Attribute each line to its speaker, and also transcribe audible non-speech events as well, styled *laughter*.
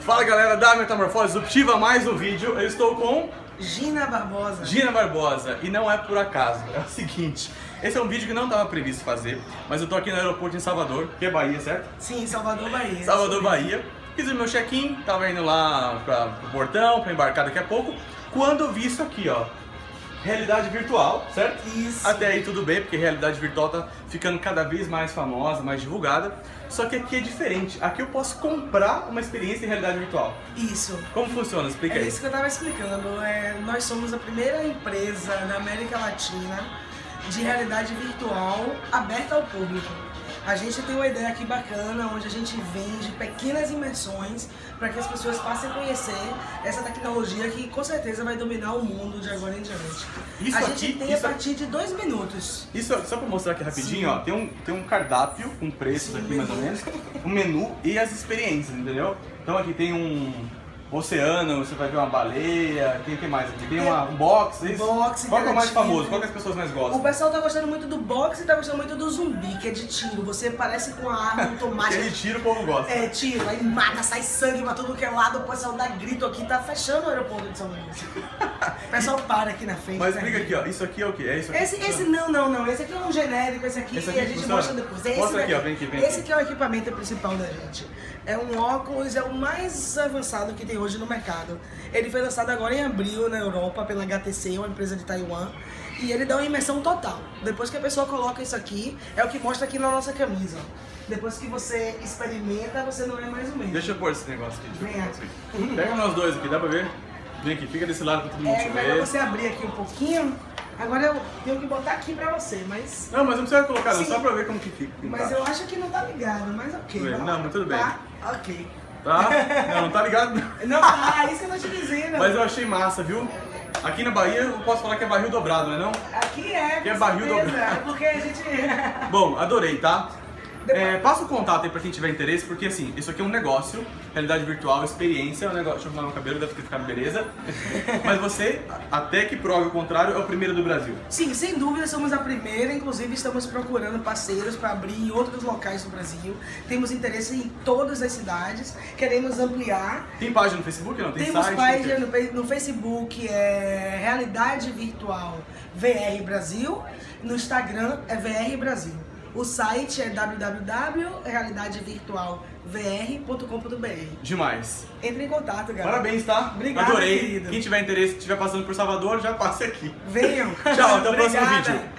Speaker 1: Fala galera da Metamorfose Disruptiva, mais um vídeo. Eu estou com
Speaker 2: Gina Barbosa.
Speaker 1: Gina Barbosa e não é por acaso, é o seguinte. Esse é um vídeo que não estava previsto fazer, mas eu tô aqui no aeroporto em Salvador, que é Bahia, certo?
Speaker 2: Sim, Salvador, Bahia.
Speaker 1: Salvador, Bahia. Fiz o meu check-in, tava indo lá pra, pro portão, pra embarcar daqui a pouco, quando eu vi isso aqui, ó. Realidade virtual, certo?
Speaker 2: Isso.
Speaker 1: Até aí tudo bem, porque realidade virtual tá ficando cada vez mais famosa, mais divulgada. Só que aqui é diferente. Aqui eu posso comprar uma experiência em realidade virtual.
Speaker 2: Isso.
Speaker 1: Como funciona? Explica
Speaker 2: É
Speaker 1: aí.
Speaker 2: isso que eu tava explicando. É, nós somos a primeira empresa na América Latina de realidade virtual aberta ao público. A gente tem uma ideia aqui bacana, onde a gente vende pequenas imersões para que as pessoas passem a conhecer essa tecnologia que com certeza vai dominar o mundo de agora em diante.
Speaker 1: Isso
Speaker 2: a
Speaker 1: aqui-
Speaker 2: gente tem
Speaker 1: isso-
Speaker 2: a partir de dois minutos.
Speaker 1: Isso, só pra mostrar aqui rapidinho,
Speaker 2: Sim.
Speaker 1: ó, tem um, tem um cardápio com preços
Speaker 2: Sim,
Speaker 1: aqui mais ou
Speaker 2: menu.
Speaker 1: menos, um menu e as experiências, entendeu? Então aqui tem um oceano, você vai ver uma baleia, tem o que mais aqui? Tem uma, um box, é isso?
Speaker 2: Box
Speaker 1: Qual que é o mais
Speaker 2: interativo.
Speaker 1: famoso? Qual que as pessoas mais
Speaker 2: O
Speaker 1: gostam?
Speaker 2: pessoal tá gostando muito do boxe e tá gostando muito do zumbi, que é de tiro. Você parece com a arma
Speaker 1: Aquele *laughs*
Speaker 2: automática.
Speaker 1: tiro o povo gosta.
Speaker 2: É, tiro, aí mata, sai sangue pra tudo que é lado, o pessoal dá grito aqui, tá fechando o aeroporto de São
Speaker 1: *laughs*
Speaker 2: Luís. O pessoal para aqui na frente.
Speaker 1: Mas
Speaker 2: tá
Speaker 1: explica
Speaker 2: rindo.
Speaker 1: aqui, ó, isso aqui é o que? É isso aqui?
Speaker 2: Esse,
Speaker 1: que
Speaker 2: esse
Speaker 1: funciona?
Speaker 2: não, não, não. Esse aqui é um genérico, esse aqui,
Speaker 1: Esse aqui
Speaker 2: a gente
Speaker 1: funciona?
Speaker 2: mostra depois. Esse
Speaker 1: Mostra aqui,
Speaker 2: daqui.
Speaker 1: ó, vem aqui, vem
Speaker 2: Esse
Speaker 1: aqui.
Speaker 2: aqui é o equipamento principal da gente. É um óculos, é o mais avançado que tem hoje no mercado. Ele foi lançado agora em abril na Europa pela HTC, uma empresa de Taiwan. E ele dá uma imersão total. Depois que a pessoa coloca isso aqui, é o que mostra aqui na nossa camisa. Depois que você experimenta, você não é mais o mesmo.
Speaker 1: Deixa eu pôr esse negócio aqui.
Speaker 2: Vem aqui.
Speaker 1: Pega nós dois aqui, dá pra ver? Vem aqui, fica desse lado pra todo mundo
Speaker 2: É
Speaker 1: te
Speaker 2: melhor
Speaker 1: ver.
Speaker 2: você abrir aqui um pouquinho. Agora eu tenho que botar aqui pra você, mas...
Speaker 1: Não, mas não precisa colocar não,
Speaker 2: Sim.
Speaker 1: só pra ver como que fica.
Speaker 2: Mas eu acho que não tá ligado, mas ok.
Speaker 1: Tudo bem.
Speaker 2: vai
Speaker 1: Não,
Speaker 2: lá.
Speaker 1: mas tudo bem.
Speaker 2: Tá? Ok.
Speaker 1: Tá? Não, não tá ligado não.
Speaker 2: Não, tá, é isso que eu tô te dizendo.
Speaker 1: Mas eu achei massa, viu? Aqui na Bahia eu posso falar que é barril dobrado, não é não?
Speaker 2: Aqui é,
Speaker 1: Aqui
Speaker 2: com
Speaker 1: é barril *laughs*
Speaker 2: certeza,
Speaker 1: dobrado.
Speaker 2: É porque a gente... *laughs*
Speaker 1: Bom, adorei, tá? É, passa o contato aí pra quem tiver interesse, porque assim, isso aqui é um negócio, realidade virtual, experiência, é um negócio. Deixa eu arrumar meu cabelo, deve ter ficado
Speaker 2: *laughs*
Speaker 1: beleza. Mas você, até que prove o contrário, é o primeiro do Brasil.
Speaker 2: Sim, sem dúvida somos a primeira, inclusive estamos procurando parceiros para abrir em outros locais do Brasil. Temos interesse em todas as cidades, queremos ampliar
Speaker 1: Tem página no Facebook? Não, tem
Speaker 2: Temos
Speaker 1: site?
Speaker 2: página
Speaker 1: tem o quê?
Speaker 2: no, Fe- no Facebook, é Realidade Virtual VR Brasil. No Instagram é VR Brasil. O site é www.realidadevirtualvr.com.br.
Speaker 1: Demais.
Speaker 2: Entre em contato, galera.
Speaker 1: Parabéns, tá?
Speaker 2: Obrigado,
Speaker 1: Adorei.
Speaker 2: querido.
Speaker 1: Quem tiver interesse, estiver passando por Salvador, já passe aqui.
Speaker 2: Venham.
Speaker 1: Tchau, até o próximo
Speaker 2: Obrigada.
Speaker 1: vídeo.